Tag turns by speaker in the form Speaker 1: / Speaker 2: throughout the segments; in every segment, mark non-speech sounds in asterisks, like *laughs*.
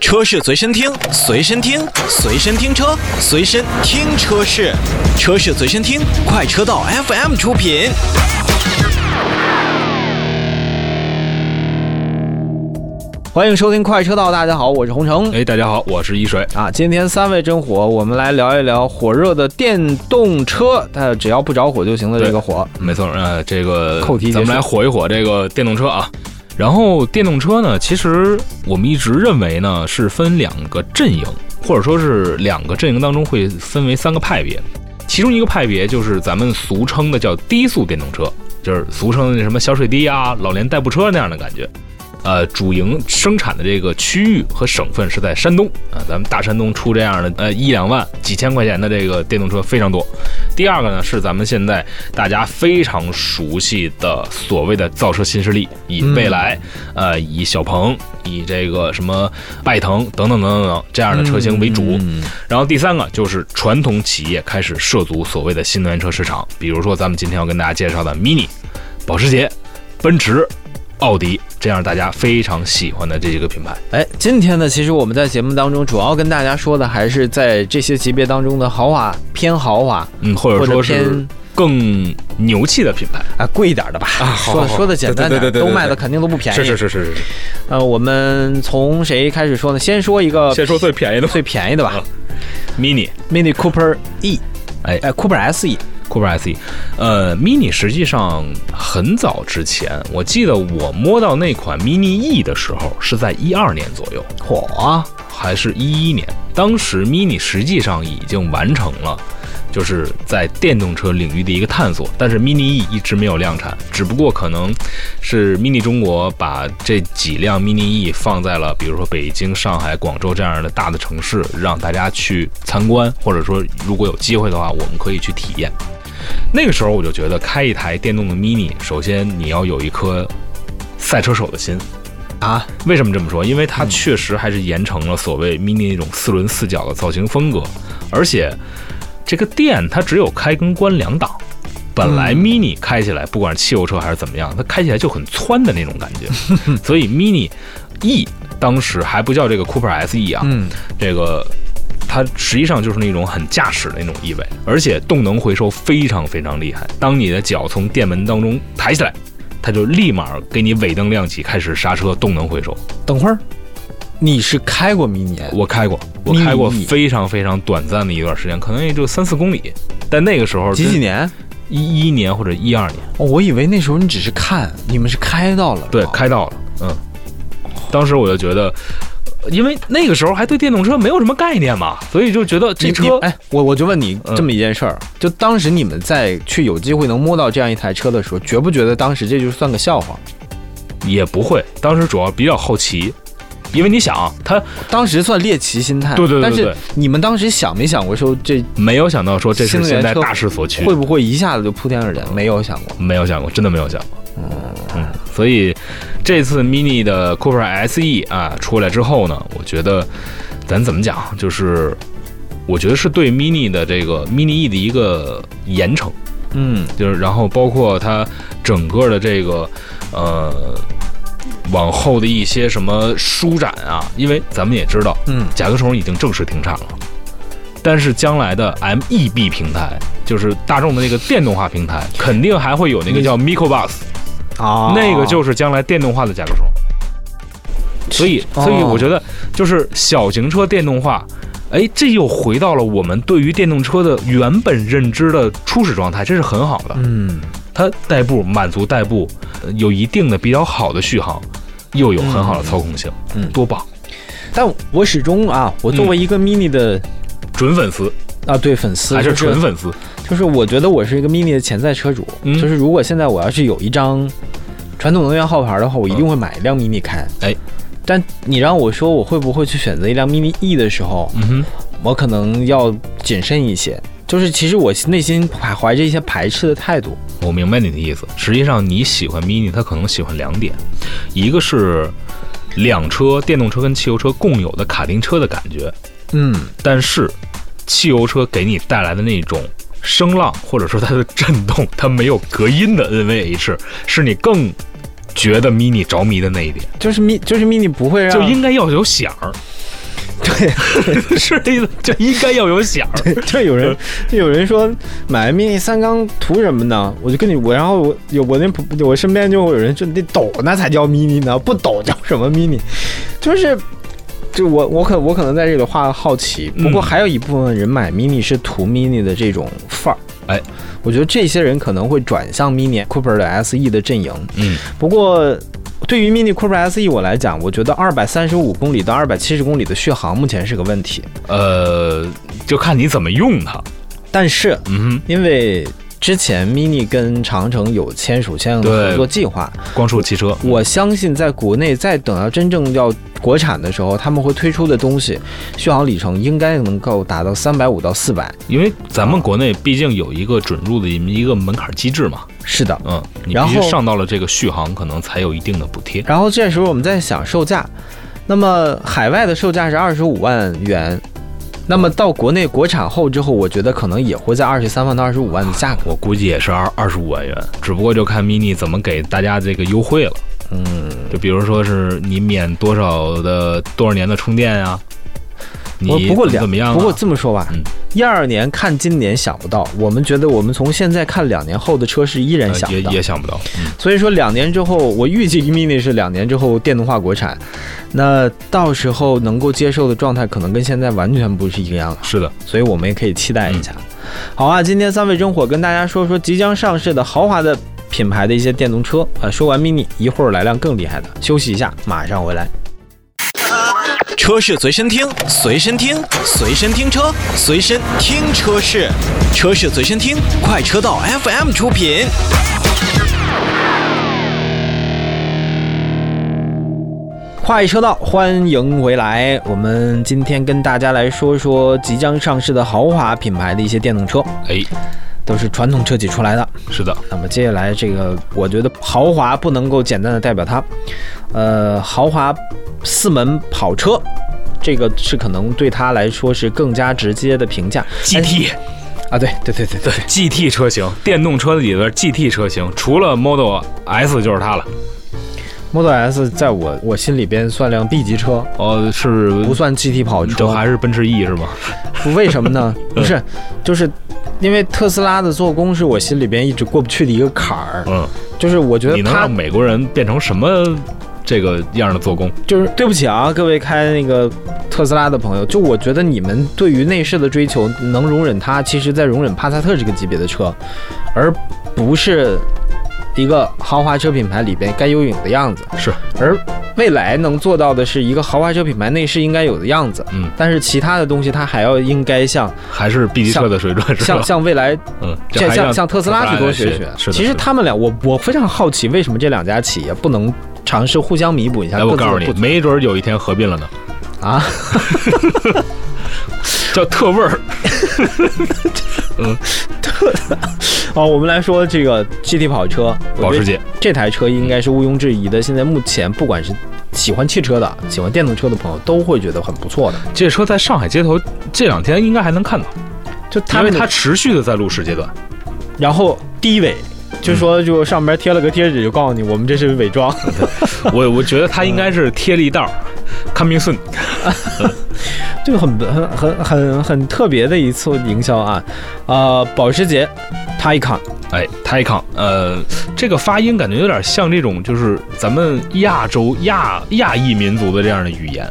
Speaker 1: 车是随身听，随身听，随身听车，随身听车是，车是随身听，快车道 FM 出品。欢迎收听快车道，大家好，我是洪城。
Speaker 2: *laughs* 哎，大家好，我是一水。
Speaker 1: 啊，今天三位真火，我们来聊一聊火热的电动车，它只要不着火就行的这个火。
Speaker 2: 没错，呃，这个
Speaker 1: 扣题结束
Speaker 2: 咱们来火一火这个电动车啊。然后电动车呢，其实我们一直认为呢是分两个阵营，或者说是两个阵营当中会分为三个派别。其中一个派别就是咱们俗称的叫低速电动车，就是俗称的那什么小水滴啊、老年代步车那样的感觉。呃，主营生产的这个区域和省份是在山东啊、咱们大山东出这样的呃一两万、几千块钱的这个电动车非常多。第二个呢是咱们现在大家非常熟悉的所谓的造车新势力，以蔚来、
Speaker 1: 嗯
Speaker 2: 呃以小鹏、以这个什么拜腾等等等等等这样的车型为主。
Speaker 1: 嗯
Speaker 2: 然后第三个就是传统企业开始涉足所谓的新能源车市场，比如说咱们今天要跟大家介绍的 MINI、保时捷、奔驰、奥迪这样大家非常喜欢的这几个品牌。
Speaker 1: 哎，今天呢，其实我们在节目当中主要跟大家说的还是在这些级别当中的豪华偏豪华，
Speaker 2: 嗯，或
Speaker 1: 或
Speaker 2: 者
Speaker 1: 者
Speaker 2: 说是
Speaker 1: 偏
Speaker 2: 更牛气的品牌。
Speaker 1: 啊贵一点的吧。
Speaker 2: 啊好
Speaker 1: 说
Speaker 2: 好好
Speaker 1: 说的简单点，
Speaker 2: 对对对对对
Speaker 1: 都
Speaker 2: 对
Speaker 1: 卖的肯定都不便宜。
Speaker 2: 是是是是是是，
Speaker 1: 呃，我们从谁开始说呢？先说一个
Speaker 2: 先说最便宜的吧
Speaker 1: 最便宜的吧
Speaker 2: 啊，mini。 *laughs*
Speaker 1: ，Mini Cooper E，
Speaker 2: 哎
Speaker 1: 哎，Cooper SE。
Speaker 2: Cooper SE，呃，Mini 实际上很早之前，我记得我摸到那款 Mini E 的时候是在一二年左右，
Speaker 1: 火，
Speaker 2: 还是一一年。当时 Mini 实际上已经完成了，就是在电动车领域的一个探索，但是 Mini E 一直没有量产，只不过可能是 Mini 中国把这几辆 Mini E 放在了比如说北京、上海、广州这样的大的城市，让大家去参观，或者说如果有机会的话，我们可以去体验。那个时候我就觉得，开一台电动的 Mini，首先你要有一颗赛车手的心
Speaker 1: 啊。
Speaker 2: 为什么这么说？因为它确实还是沿承了所谓 Mini 那种四轮四角的造型风格，而且这个电它只有开跟关两档。本来 Mini 开起来，不管是汽油车还是怎么样，它开起来就很窜的那种感觉。所以 Mini E 当时还不叫这个 Cooper SE 啊，
Speaker 1: 嗯，
Speaker 2: 这个它实际上就是那种很驾驶的那种意味，而且动能回收非常非常厉害。当你的脚从电门当中抬起来，它就立马给你尾灯亮起，开始刹车，动能回收。
Speaker 1: 等会儿，你是开过 Mini？
Speaker 2: 我开过，我开过非常非常短暂的一段时间，可能也就三四公里。但那个时候
Speaker 1: 几几？年？
Speaker 2: 一一年或者一二年，
Speaker 1: 哦，我以为那时候你只是看，你们是开到了。啊
Speaker 2: 对
Speaker 1: 是，吧
Speaker 2: 开到了，嗯。当时我就觉得，因为那个时候还对电动车没有什么概念嘛，所以就觉得这
Speaker 1: 你
Speaker 2: 车
Speaker 1: 你哎，我我就问你
Speaker 2: 嗯
Speaker 1: 这么一件事儿，就当时你们在去有机会能摸到这样一台车的时候，觉不觉得当时这就算个笑话？
Speaker 2: 也不会。当时主要比较好奇，因为你想，他
Speaker 1: 当时算猎奇心态，
Speaker 2: 对对对对
Speaker 1: 但是你们当时想没想过说这
Speaker 2: 没有想到说这是现在大势所趋
Speaker 1: 会，不会一下子就扑天而来？没有想过。
Speaker 2: 没有想过，真的没有想过。嗯，所以这次 mini 的 Cooper SE 啊出来之后呢，我觉得咱怎么讲，就是我觉得是对 mini 的这个 mini E 的一个严惩，
Speaker 1: 嗯
Speaker 2: 就是然后包括它整个的这个呃往后的一些什么舒展啊，因为咱们也知道，
Speaker 1: 嗯，
Speaker 2: 甲壳虫已经正式停产了。但是将来的 MEB 平台，就是大众的那个电动化平台，肯定还会有那个叫 Microbus，、
Speaker 1: 啊
Speaker 2: 那个就是将来电动化的甲壳虫。所以，
Speaker 1: 哦
Speaker 2: 所以我觉得就是小型车电动化，哎，这又回到了我们对于电动车的原本认知的初始状态，这是很好的。
Speaker 1: 嗯，
Speaker 2: 它代步满足代步，呃有一定的比较好的续航，又有很好的操控性，
Speaker 1: 嗯嗯
Speaker 2: 多棒！
Speaker 1: 但我始终啊，我作为一个 mini 的、
Speaker 2: 准粉丝
Speaker 1: 啊对粉丝，
Speaker 2: 还
Speaker 1: 嗯就是
Speaker 2: 纯粉丝，
Speaker 1: 就是我觉得我是一个 mini 的潜在车主，
Speaker 2: 嗯
Speaker 1: 就是如果现在我要是有一张传统能源号牌的话，我一定会买一辆 mini 开。
Speaker 2: 哎，
Speaker 1: 但你让我说我会不会去选择一辆 mini E 的时候，
Speaker 2: 嗯哼，
Speaker 1: 我可能要谨慎一些。就是其实我内心怀怀着一些排斥的态度。
Speaker 2: 我明白你的意思。实际上，你喜欢 mini，它可能喜欢两点，一个是两车电动车跟汽油车共有的卡丁车的感觉，
Speaker 1: 嗯，
Speaker 2: 但是汽油车给你带来的那种。声浪或者说它的震动，它没有隔音的 NVH，是你更觉得 mini 着迷的那一点，
Speaker 1: 就是 mini 就是 mini 不会让
Speaker 2: 就应该要有响儿。
Speaker 1: 对，
Speaker 2: 是的意思，就应该要有响儿。
Speaker 1: *laughs* 就有人就有人说买 mini 三缸图什么呢？我就跟你我，然后我有我那朋我身边就会有人说你得抖那才叫 mini 呢，不抖叫什么 mini？就是。就我我可我可能在这里话好奇，不过
Speaker 2: 嗯
Speaker 1: 还有一部分人买 mini 是图 mini 的这种范儿，
Speaker 2: 哎，
Speaker 1: 我觉得这些人可能会转向 mini Cooper 的 SE 的阵营，
Speaker 2: 嗯
Speaker 1: 不过，对于 Mini Cooper SE 我来讲，我觉得二百三十五公里到二百七十公里的续航目前是个问题。
Speaker 2: 呃，就看你怎么用它。
Speaker 1: 但是
Speaker 2: 嗯
Speaker 1: 因为之前 Mini 跟长城有签署相应的
Speaker 2: 对
Speaker 1: 合作计划，
Speaker 2: 哼，光束汽车，
Speaker 1: 我相信在国内再等到真正要国产的时候，他们会推出的东西续航里程应该能够达到三百五到四百。
Speaker 2: 因为咱
Speaker 1: 啊
Speaker 2: 们国内毕竟有一个准入的一个门槛机制嘛，
Speaker 1: 是的，
Speaker 2: 嗯，你
Speaker 1: 然
Speaker 2: 必须
Speaker 1: 后
Speaker 2: 上到了这个续航，可能才有一定的补贴。
Speaker 1: 然后这时候我们在想售价，那么海外的售价是二十五万元，那么到国内国产后之后，我觉得可能也会在二十三万到二十五万的价格。
Speaker 2: 我估计也是二二十五万元，只不过就看 mini 怎么给大家这个优惠了。嗯，就比如说是你免多少的多少年的充电呀、
Speaker 1: 我
Speaker 2: 你
Speaker 1: 不过
Speaker 2: 怎么
Speaker 1: 两
Speaker 2: 怎么样、啊？
Speaker 1: 不过这么说吧
Speaker 2: 嗯，
Speaker 1: 一二、年看今年想不到，我们觉得我们从现在看两年后的车是依然
Speaker 2: 呃
Speaker 1: 想
Speaker 2: 也
Speaker 1: 不到。
Speaker 2: 也想不到，嗯
Speaker 1: 所以说两年之后，我预计 Mini 是两年之后电动化国产，那到时候能够接受的状态可能跟现在完全不是一个样了。
Speaker 2: 是的，
Speaker 1: 所以我们也可以期待一
Speaker 3: 嗯
Speaker 1: 下。好啊，今天三位真火跟大家说说即将上市的豪华的品牌的一些电动车啊、说完 mini，一会儿来辆更厉害的。休息一下，马上回来。
Speaker 3: 车是随身听，随身听，随身听车，随身听车是，车是随身听，快车道 FM 出品。
Speaker 1: 快车道，欢迎回来。我们今天跟大家来说说即将上市的豪华品牌的一些电动车，
Speaker 2: 哎，
Speaker 1: 都是传统车企出来的。
Speaker 2: 是的，
Speaker 1: 那么接下来这个，我觉得豪华不能够简单的代表它，呃，豪华四门跑车，这个是可能对它来说是更加直接的评价。
Speaker 2: *laughs* GT
Speaker 1: 啊，对对对对对，
Speaker 2: GT 车型，电动车里边 GT 车型，除了 Model S 就是它了。
Speaker 1: Model S 在我我心里边算辆 B 级车，
Speaker 2: 哦，是
Speaker 1: 不算 GT 跑
Speaker 2: 哦这
Speaker 1: 车。
Speaker 2: 还是奔驰 E 是吗？
Speaker 1: 为什么
Speaker 2: *laughs*
Speaker 1: 呢？不是，就是因为特斯拉的做工是我心里边一直过不去的一个坎儿，
Speaker 2: 嗯，
Speaker 1: 就是我觉
Speaker 2: 你
Speaker 1: 得
Speaker 2: 能
Speaker 1: 它
Speaker 2: 让美国人变成什么这个样的做工？
Speaker 1: 就是对不起啊，各位开那个特斯拉的朋友，就我觉得你们对于内饰的追求能容忍它，其实在容忍帕萨特这个级别的车，而不是一个豪华车品牌里边该有的样子。
Speaker 2: 是，
Speaker 1: 而未来能做到的是一个豪华车品牌内饰应该有的样子。
Speaker 2: 嗯，
Speaker 1: 但是其他的东西它还要应该像
Speaker 2: 还是 B 级车的水准是吧
Speaker 1: 像？像未来
Speaker 2: 嗯，这
Speaker 1: 像
Speaker 2: 还
Speaker 1: 像
Speaker 2: 让
Speaker 1: 像特斯拉去多学
Speaker 2: 是
Speaker 1: 学
Speaker 2: 的。是的
Speaker 1: 其实他们俩，我我非常好奇，为什么这两家企业不能尝试互相弥补一下
Speaker 2: 哎，
Speaker 1: 各
Speaker 2: 我
Speaker 1: 自
Speaker 2: 告诉
Speaker 1: 的
Speaker 2: 你
Speaker 1: 不，足
Speaker 2: 没准儿有一天合并了呢，
Speaker 1: 啊？
Speaker 2: *laughs* 叫特味儿。
Speaker 1: 哦，我们来说这个 GT 跑车，我
Speaker 2: 保
Speaker 1: 觉
Speaker 2: 时
Speaker 1: 得
Speaker 2: 捷，
Speaker 1: 这台车应该是毋庸置疑的。现在目前不管是喜欢汽车的、喜欢电动车的朋友，都会觉得很不错的。
Speaker 2: 这车在上海街头这两天应该还能看到，
Speaker 1: 就
Speaker 2: 因
Speaker 1: 他
Speaker 2: 为
Speaker 1: 们
Speaker 2: 它持续的在路试阶 *laughs* 段。
Speaker 1: 然后低尾，就说就上边贴了个贴纸，就告诉你我们这是伪 *laughs* 装。
Speaker 2: 我我觉得它应该是贴了一道儿，coming soon。
Speaker 1: 这个很很很很很特别的一次营销啊！呃，保时捷 Taycan
Speaker 2: 哎，Taycan，呃，这个发音感觉有点像这种，就是咱们亚洲亚亚裔民族的这样的语言。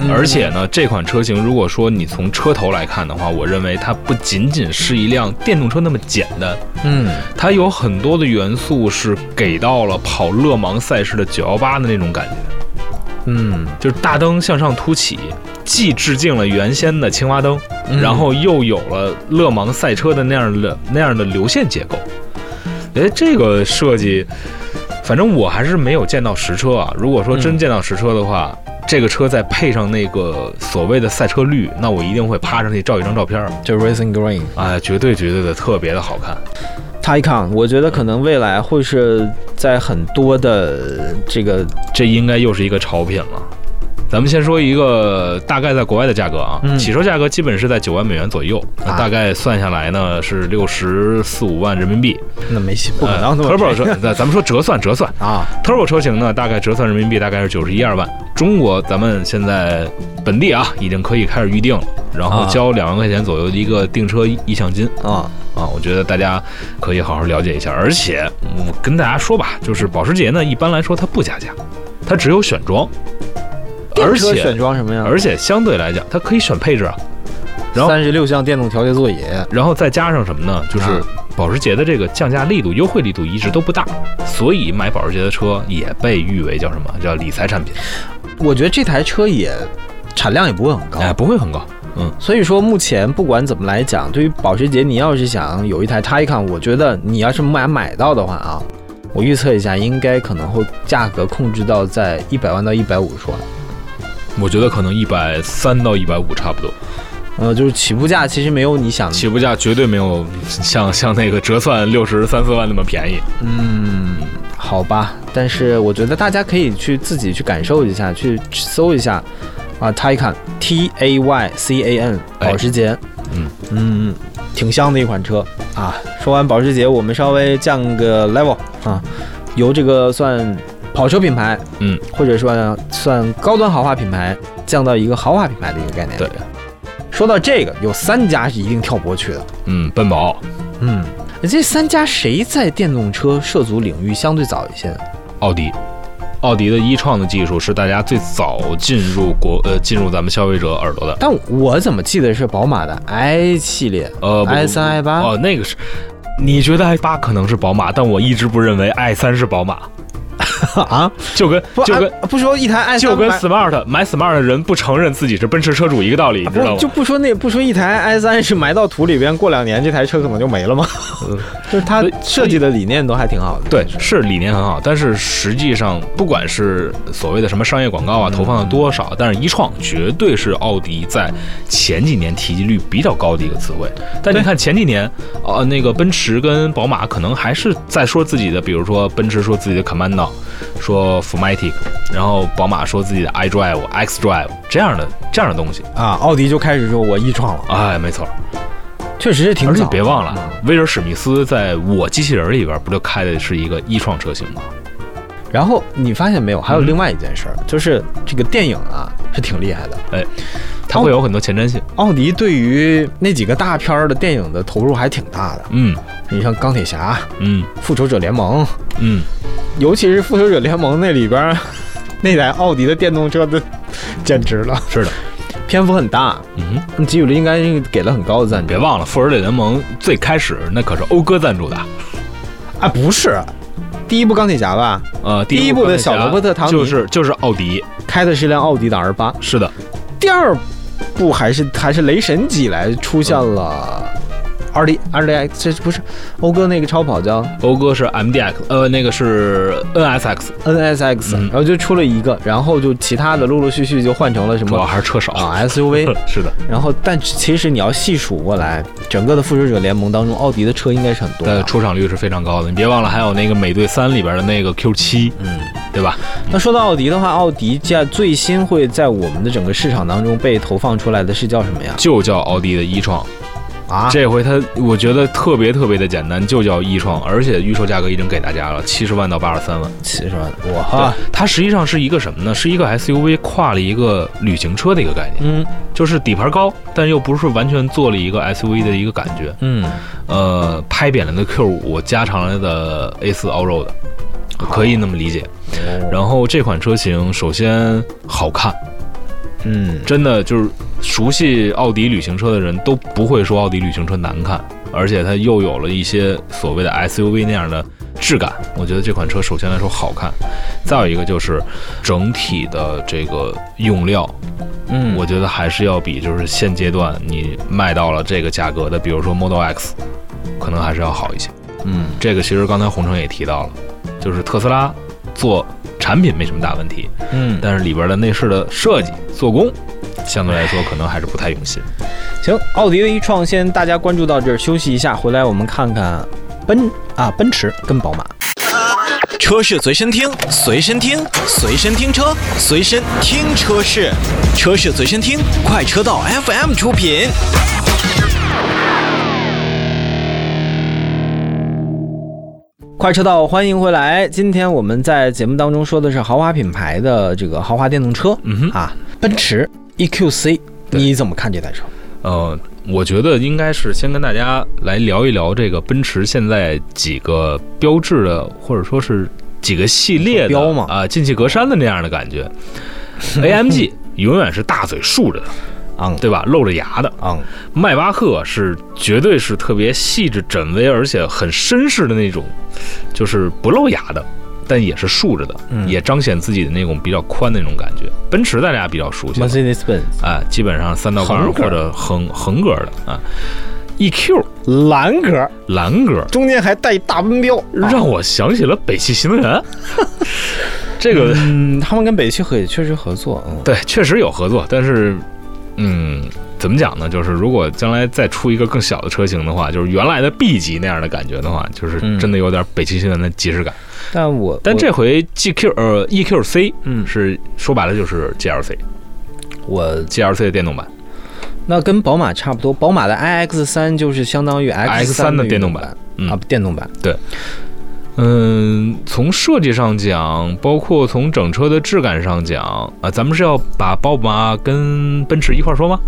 Speaker 1: 嗯
Speaker 2: 而且呢，这款车型如果说你从车头来看的话，我认为它不仅仅是一辆电动车那么简单，
Speaker 1: 嗯，
Speaker 2: 它有很多的元素是给到了跑勒芒赛事的918的那种感觉，
Speaker 1: 嗯
Speaker 2: 就是大灯向上凸起，既致敬了原先的青蛙灯，
Speaker 1: 嗯
Speaker 2: 然后又有了勒芒赛车的那样的那样的流线结构。哎，这个设计，反正我还是没有见到实车啊。如果说真
Speaker 1: 嗯
Speaker 2: 见到实车的话，这个车再配上那个所谓的赛车绿，那我一定会趴上去照一张照片儿，
Speaker 1: 就 Racing Green
Speaker 2: 哎，绝对绝对的特别的好看。
Speaker 1: Taycan，我觉得可能未来会是在很多的这个
Speaker 2: 这应该又是一个潮品了。咱们先说一个大概在国外的价格啊，
Speaker 1: 嗯
Speaker 2: 起售价格基本是在九万美元左右，那
Speaker 1: 啊
Speaker 2: 大概算下来呢是六十四五万人民币。
Speaker 1: 那没戏，不可能那么
Speaker 2: 呃
Speaker 1: 便
Speaker 2: Turbo
Speaker 1: 宜
Speaker 2: 车， *laughs* 咱咱们说折算折算
Speaker 1: 啊，
Speaker 2: ，Turbo 车型呢大概折算人民币大概是九十一二万。中国咱们现在本地啊已经可以开始预定了，然后
Speaker 1: 啊
Speaker 2: 交两万块钱左右的一个订车意向金。
Speaker 1: 啊，
Speaker 2: 啊，我觉得大家可以好好了解一下。而且我跟大家说吧，就是保时捷呢，一般来说它不加价，它只有选装，而
Speaker 1: 电车
Speaker 2: 且
Speaker 1: 选装什么呀？
Speaker 2: 而且相对来讲，它可以选配置啊。然后
Speaker 1: 三十六项电动调节座椅，
Speaker 2: 然后再加上什么呢？就是
Speaker 1: 啊
Speaker 2: 保时捷的这个降价力度、优惠力度一直都不大，所以买保时捷的车也被誉为叫什么？叫理财产品，
Speaker 1: 我觉得这台车也产量也不会很高。
Speaker 2: 哎，不会很高。
Speaker 1: 所以说，目前不管怎么来讲，对于保时捷，你要是想有一台 Taycan，我觉得你要是买买到的话啊，我预测一下，应该可能会价格控制到在一百万到一百五十万，
Speaker 2: 我觉得可能一百三到一百五差不多，嗯
Speaker 1: 呃，就是起步价其实没有你想的，
Speaker 2: 起步价绝对没有像像那个折算六十三四万那么便宜。
Speaker 1: 嗯，好吧，但是我觉得大家可以去自己去感受一下，去搜一下啊，Taycan T A Y C A N
Speaker 2: 哎
Speaker 1: 保时捷，
Speaker 2: 嗯
Speaker 1: 嗯嗯，挺香的一款车啊。说完保时捷，我们稍微降个 level 啊，由这个算跑车品牌，
Speaker 2: 嗯，
Speaker 1: 或者说算高端豪华品牌，降到一个豪华品牌的一个概念。
Speaker 2: 对，
Speaker 1: 说到这个，有三家是一定跳不过去的。
Speaker 2: 嗯，奔宝、
Speaker 1: 嗯，这三家谁在电动车涉足领域相对早一些呢？
Speaker 2: 奥迪。奥迪的一创的技术是大家最早进入国呃进入咱们消费者耳朵的，
Speaker 1: 但我怎么记得是宝马的 i 系列？
Speaker 2: 呃不
Speaker 1: i 三 i 八
Speaker 2: 哦，那个是，你觉得 i 八可能是宝马，但我一直不认为 i 三是宝马，
Speaker 1: 啊，
Speaker 2: 就跟
Speaker 1: 不哎
Speaker 2: 就跟
Speaker 1: 啊不说一台 i
Speaker 2: 就
Speaker 1: 三
Speaker 2: 跟
Speaker 1: 买，
Speaker 2: smart 买 smart 的人不承认自己是奔驰车主一个道理，你知道
Speaker 1: 啊不
Speaker 2: 吗
Speaker 1: 就？不说那不说一台 i 三是埋到土里边，过两年这台车可能就没了吗？
Speaker 2: 嗯
Speaker 1: *laughs* 就是它
Speaker 2: 所以
Speaker 1: 设计的理念都还挺好的。
Speaker 2: 对，是理念很好，但是实际上，不管是所谓的什么商业广告啊，投放了多少，但是一创绝对是奥迪在前几年提及率比较高的一个词汇。但你看前几年，呃，那个奔驰跟宝马可能还是在说自己的，比如说奔驰说自己的 Commando，说 f o m a t i c 然后宝马说自己的 iDrive、xDrive 这样的这样的东西。
Speaker 1: 啊，奥迪就开始说我一创了，
Speaker 2: 哎，没错，
Speaker 1: 确实是挺
Speaker 2: 而且
Speaker 1: 早。嗯
Speaker 2: 你别忘了，威尔史密斯在我机器人里边不就开的是一个一创车型吗？
Speaker 1: 然后你发现没有，还有
Speaker 2: 嗯
Speaker 1: 另外一件事儿，就是这个电影啊是挺厉害的。
Speaker 2: 它
Speaker 1: 哦
Speaker 2: 会有很多前瞻性。
Speaker 1: 奥迪对于那几个大片儿的电影的投入还挺大的，
Speaker 2: 嗯
Speaker 1: 你像钢铁侠、
Speaker 2: 嗯
Speaker 1: 复仇者联盟，
Speaker 2: 嗯，
Speaker 1: 尤其是复仇者联盟那里边儿，那台奥迪的电动车的简直了，
Speaker 2: 是的，
Speaker 1: 篇幅很大，
Speaker 2: 嗯，
Speaker 1: 给予了应该是给了很高的赞助
Speaker 2: 别忘了《复仇者联盟》最开始那可是欧哥赞助的，
Speaker 1: 啊，不是。第一部钢铁侠吧，
Speaker 2: 呃，
Speaker 1: 第一部
Speaker 2: 部
Speaker 1: 的小罗伯特唐尼
Speaker 2: 就是就是奥迪，
Speaker 1: 开的是辆奥迪的 R 八，
Speaker 2: 是的，
Speaker 1: 第二部还是还是雷神几来出现了二 D 二 D X，这不是欧哥那个超跑叫
Speaker 2: 欧哥是 MDX，呃，那个是 NSX，
Speaker 1: NSX，、
Speaker 2: 嗯
Speaker 1: 然后就出了一个，然后就其他的陆陆续续就换成了什
Speaker 2: 主要
Speaker 1: 么
Speaker 2: 还是车少，
Speaker 1: 啊 SUV，
Speaker 2: 是的，
Speaker 1: 然后，但其实你要细数过来，整个的复仇者联盟当中，奥迪的车应该是很多
Speaker 2: 呃，
Speaker 1: 的。
Speaker 2: 出场率是非常高的。你别忘了还有那个《美队三》里边的那个 Q 七，
Speaker 1: 嗯，
Speaker 2: 对吧？
Speaker 1: 那说到奥迪的话，奥迪在最新会在我们的整个市场当中被投放出来的是叫什么呀？
Speaker 2: 就叫奥迪的一创，
Speaker 1: 啊，
Speaker 2: 这回它我觉得特别特别的简单，就叫一创，而且预售价格已经给大家了，七十万到八十三万。
Speaker 1: 七十万，我哈，
Speaker 2: 对，它实际上是一个什么呢？是一个 SUV 跨了一个旅行车的一个概念。
Speaker 1: 嗯
Speaker 2: 就是底盘高，但又不是完全做了一个 SUV 的一个感觉。
Speaker 1: 嗯，
Speaker 2: 呃，拍扁了的 Q 五，加长了的 A 4 Allroad，可以那么理解。
Speaker 1: 后
Speaker 2: 然后这款车型首先好看，
Speaker 1: 嗯
Speaker 2: 真的就是熟悉奥迪旅行车的人都不会说奥迪旅行车难看，而且它又有了一些所谓的 SUV 那样的质感。我觉得这款车首先来说好看，再有一个就是整体的这个用料
Speaker 1: 嗯，
Speaker 2: 我觉得还是要比就是现阶段你卖到了这个价格的，比如说 Model X，可能还是要好一些。
Speaker 1: 嗯
Speaker 2: 这个其实刚才洪城也提到了，就是特斯拉做产品没什么大问题，
Speaker 1: 嗯，
Speaker 2: 但是里边的内饰的设计做工，相对来说可能还是不太用心。
Speaker 1: 行，奥迪的一创先大家关注到这儿，休息一下，回来我们看看奔啊奔驰跟宝马。
Speaker 3: 车是随身听，随身听，随身听车，随身听车是，车是随身听，快车道 FM 出品。
Speaker 1: 快车道，欢迎回来。今天我们在节目当中说的是豪华品牌的这个豪华电动车，
Speaker 2: 嗯哼
Speaker 1: 啊，奔驰 EQC，
Speaker 2: 对
Speaker 1: 你怎么看这台车？
Speaker 2: 呃，我觉得应该是先跟大家来聊一聊这个奔驰现在几个标志的，或者说是几个系列的
Speaker 1: 标嘛
Speaker 2: 啊、进气格栅的那样的感觉。AMG 永远是大嘴竖着的，
Speaker 1: 昂
Speaker 2: 对吧？露着牙的。
Speaker 1: 昂，
Speaker 2: 迈巴赫是绝对是特别细致缜微，而且很绅士的那种，就是不露牙的，但也是竖着的，
Speaker 1: 嗯
Speaker 2: 也彰显自己的那种比较宽的那种感觉。奔驰大家比较熟悉了，
Speaker 1: Mercedes Benz
Speaker 2: 啊，基本上三道杠
Speaker 1: 横格
Speaker 2: 或者横横格的啊。EQ
Speaker 1: 蓝格，
Speaker 2: 蓝格
Speaker 1: 中间还带一大奔标，啊
Speaker 2: 让我想起了北汽新能 *laughs* 源，这个
Speaker 1: 嗯，他们跟北汽合也确实合作，嗯，
Speaker 2: 对确实有合作，但是嗯，怎么讲呢？就是如果将来再出一个更小的车型的话，就是原来的 B 级那样的感觉的话，就是
Speaker 1: 嗯
Speaker 2: 真的有点北汽新能源的即视感。
Speaker 1: 但我
Speaker 2: 但这回 GQ 呃 EQC
Speaker 1: 嗯
Speaker 2: 是说白了就是 GLC
Speaker 1: 我
Speaker 2: GLC 的电动版，
Speaker 1: 那跟宝马差不多，宝马的 iX 三就是相当于 X
Speaker 2: 3的
Speaker 1: 的
Speaker 2: 电动
Speaker 1: 动
Speaker 2: 版嗯
Speaker 1: 啊，不电动版，
Speaker 2: 嗯，从设计上讲，包括从整车的质感上讲，啊，咱们是要把宝马跟奔驰一块儿说吗？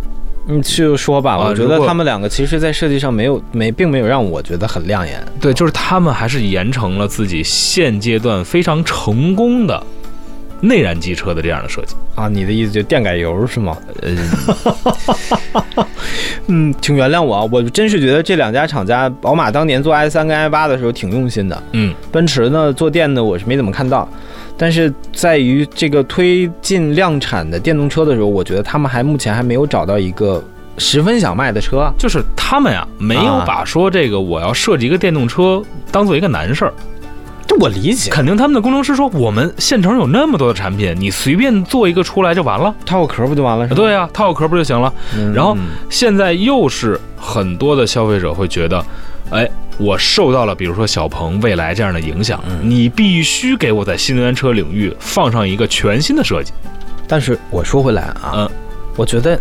Speaker 1: 你嗯就说吧，
Speaker 2: 啊
Speaker 1: 我觉
Speaker 2: 如
Speaker 1: 得
Speaker 2: 果
Speaker 1: 他们两个其实，在设计上没有没并没有让我觉得很亮眼，
Speaker 2: 对，就是他们还是严承了自己现阶段非常成功的内燃机车的这样的设计。
Speaker 1: 啊，你的意思就电改油是吗？
Speaker 2: 呃，
Speaker 1: 嗯，请原谅我啊，我真是觉得这两家厂家，宝马当年做 i 三跟 i 八的时候挺用心的，
Speaker 2: 嗯，
Speaker 1: 奔驰呢做电的我是没怎么看到，但是在于这个推进量产的电动车的时候，我觉得他们还目前还没有找到一个十分想卖的车啊，
Speaker 2: 就是他们呀，没有
Speaker 1: 啊
Speaker 2: 把说这个我要设计一个电动车当做一个难事儿，
Speaker 1: 这我理解，
Speaker 2: 肯定他们的工程师说，我们现成有那么多的产品，你随便做一个出来就完了。
Speaker 1: 套个壳不就完了是吧？
Speaker 2: 对呀、啊套个壳不就行了？
Speaker 1: 嗯，
Speaker 2: 然后现在又是很多的消费者会觉得，哎，我受到了比如说小鹏、蔚来这样的影响，你必须给我在新能源车领域放上一个全新的设计。
Speaker 1: 但是我说回来啊，
Speaker 2: 嗯
Speaker 1: 我觉得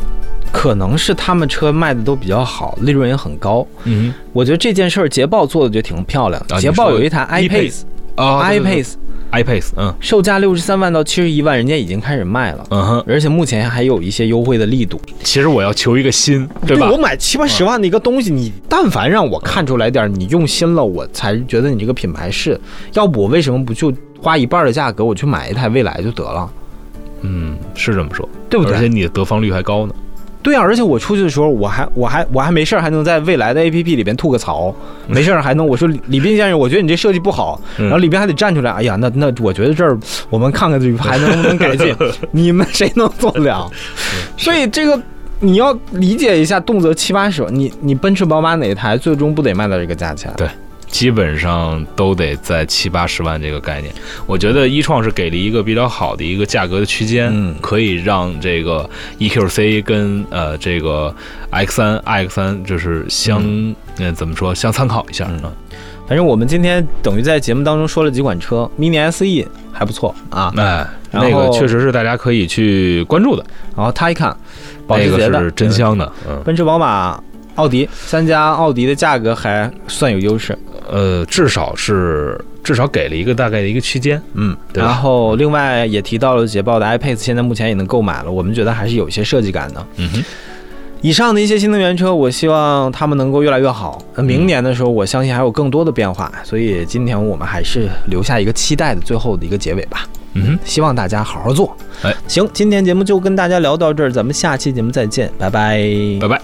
Speaker 1: 可能是他们车卖的都比较好，利润也很高。
Speaker 2: 嗯
Speaker 1: 我觉得这件事儿捷豹做的就挺漂亮的。E
Speaker 2: 啊
Speaker 1: 捷豹
Speaker 2: 你说
Speaker 1: 有一台
Speaker 2: iPace
Speaker 1: iPace，iPace、
Speaker 2: 啊，iPace，嗯
Speaker 1: 售价六十三万到七十一万，人家已经开始卖了。
Speaker 2: 嗯哼，
Speaker 1: 而且目前还有一些优惠的力度，
Speaker 2: 其实我要求一个新，对吧
Speaker 1: 我？买七八十万的一个东西，你但凡让我看出来点儿你用心了，我才觉得你这个品牌是。要不我为什么不就花一半儿的价格，我去买一台蔚来就得了，
Speaker 2: 嗯，是这么说，
Speaker 1: 对不对？
Speaker 2: 而且你的得房率还高呢。
Speaker 1: 对啊，而且我出去的时候，我还我还我还没事儿，还能在未来的 A P P 里边吐个槽，没事儿还能我说李李斌先生，我觉得你这设计不好，
Speaker 2: 嗯
Speaker 1: 然后李斌还得站出来，哎呀，那那我觉得这儿我们看看这还能不能改进，你们谁能做得了？所以这个你要理解一下，动辄七八十万，你你奔驰、宝马哪台最终不得卖到这个价钱？
Speaker 2: 基本上都得在七八十万这个概念。我觉得一创是给了一个比较好的一个价格的区间，
Speaker 1: 嗯
Speaker 2: 可以让这个 EQC 跟呃这个 X 3 IX 3就是相嗯、呃怎么说相参考一下啊。
Speaker 1: 嗯反正我们今天等于在节目当中说了几款车，mini S E 还不错啊，
Speaker 2: 哎，
Speaker 1: 然后
Speaker 2: 那个确实是大家可以去关注的，
Speaker 1: 然后 Taycan，保时
Speaker 2: 那
Speaker 1: 捷
Speaker 2: 个
Speaker 1: 的
Speaker 2: 是真香的。嗯，
Speaker 1: 奔驰、宝马、奥迪三家，奥迪的价格还算有优势，
Speaker 2: 呃，至少是至少给了一个大概的一个区间。
Speaker 1: 嗯，
Speaker 2: 对吧
Speaker 1: 然后另外也提到了捷豹的 iPace，现在目前也能购买了，我们觉得还是有一些设计感的。
Speaker 2: 嗯哼，
Speaker 1: 以上的一些新能源车，我希望他们能够越来越好。呃
Speaker 2: 嗯
Speaker 1: 明年的时候，我相信还有更多的变化，所以今天我们还是留下一个期待的最后的一个结尾吧。
Speaker 2: 嗯哼，
Speaker 1: 希望大家好好做。
Speaker 2: 哎，
Speaker 1: 行，今天节目就跟大家聊到这儿，咱们下期节目再见，拜拜
Speaker 2: 拜拜。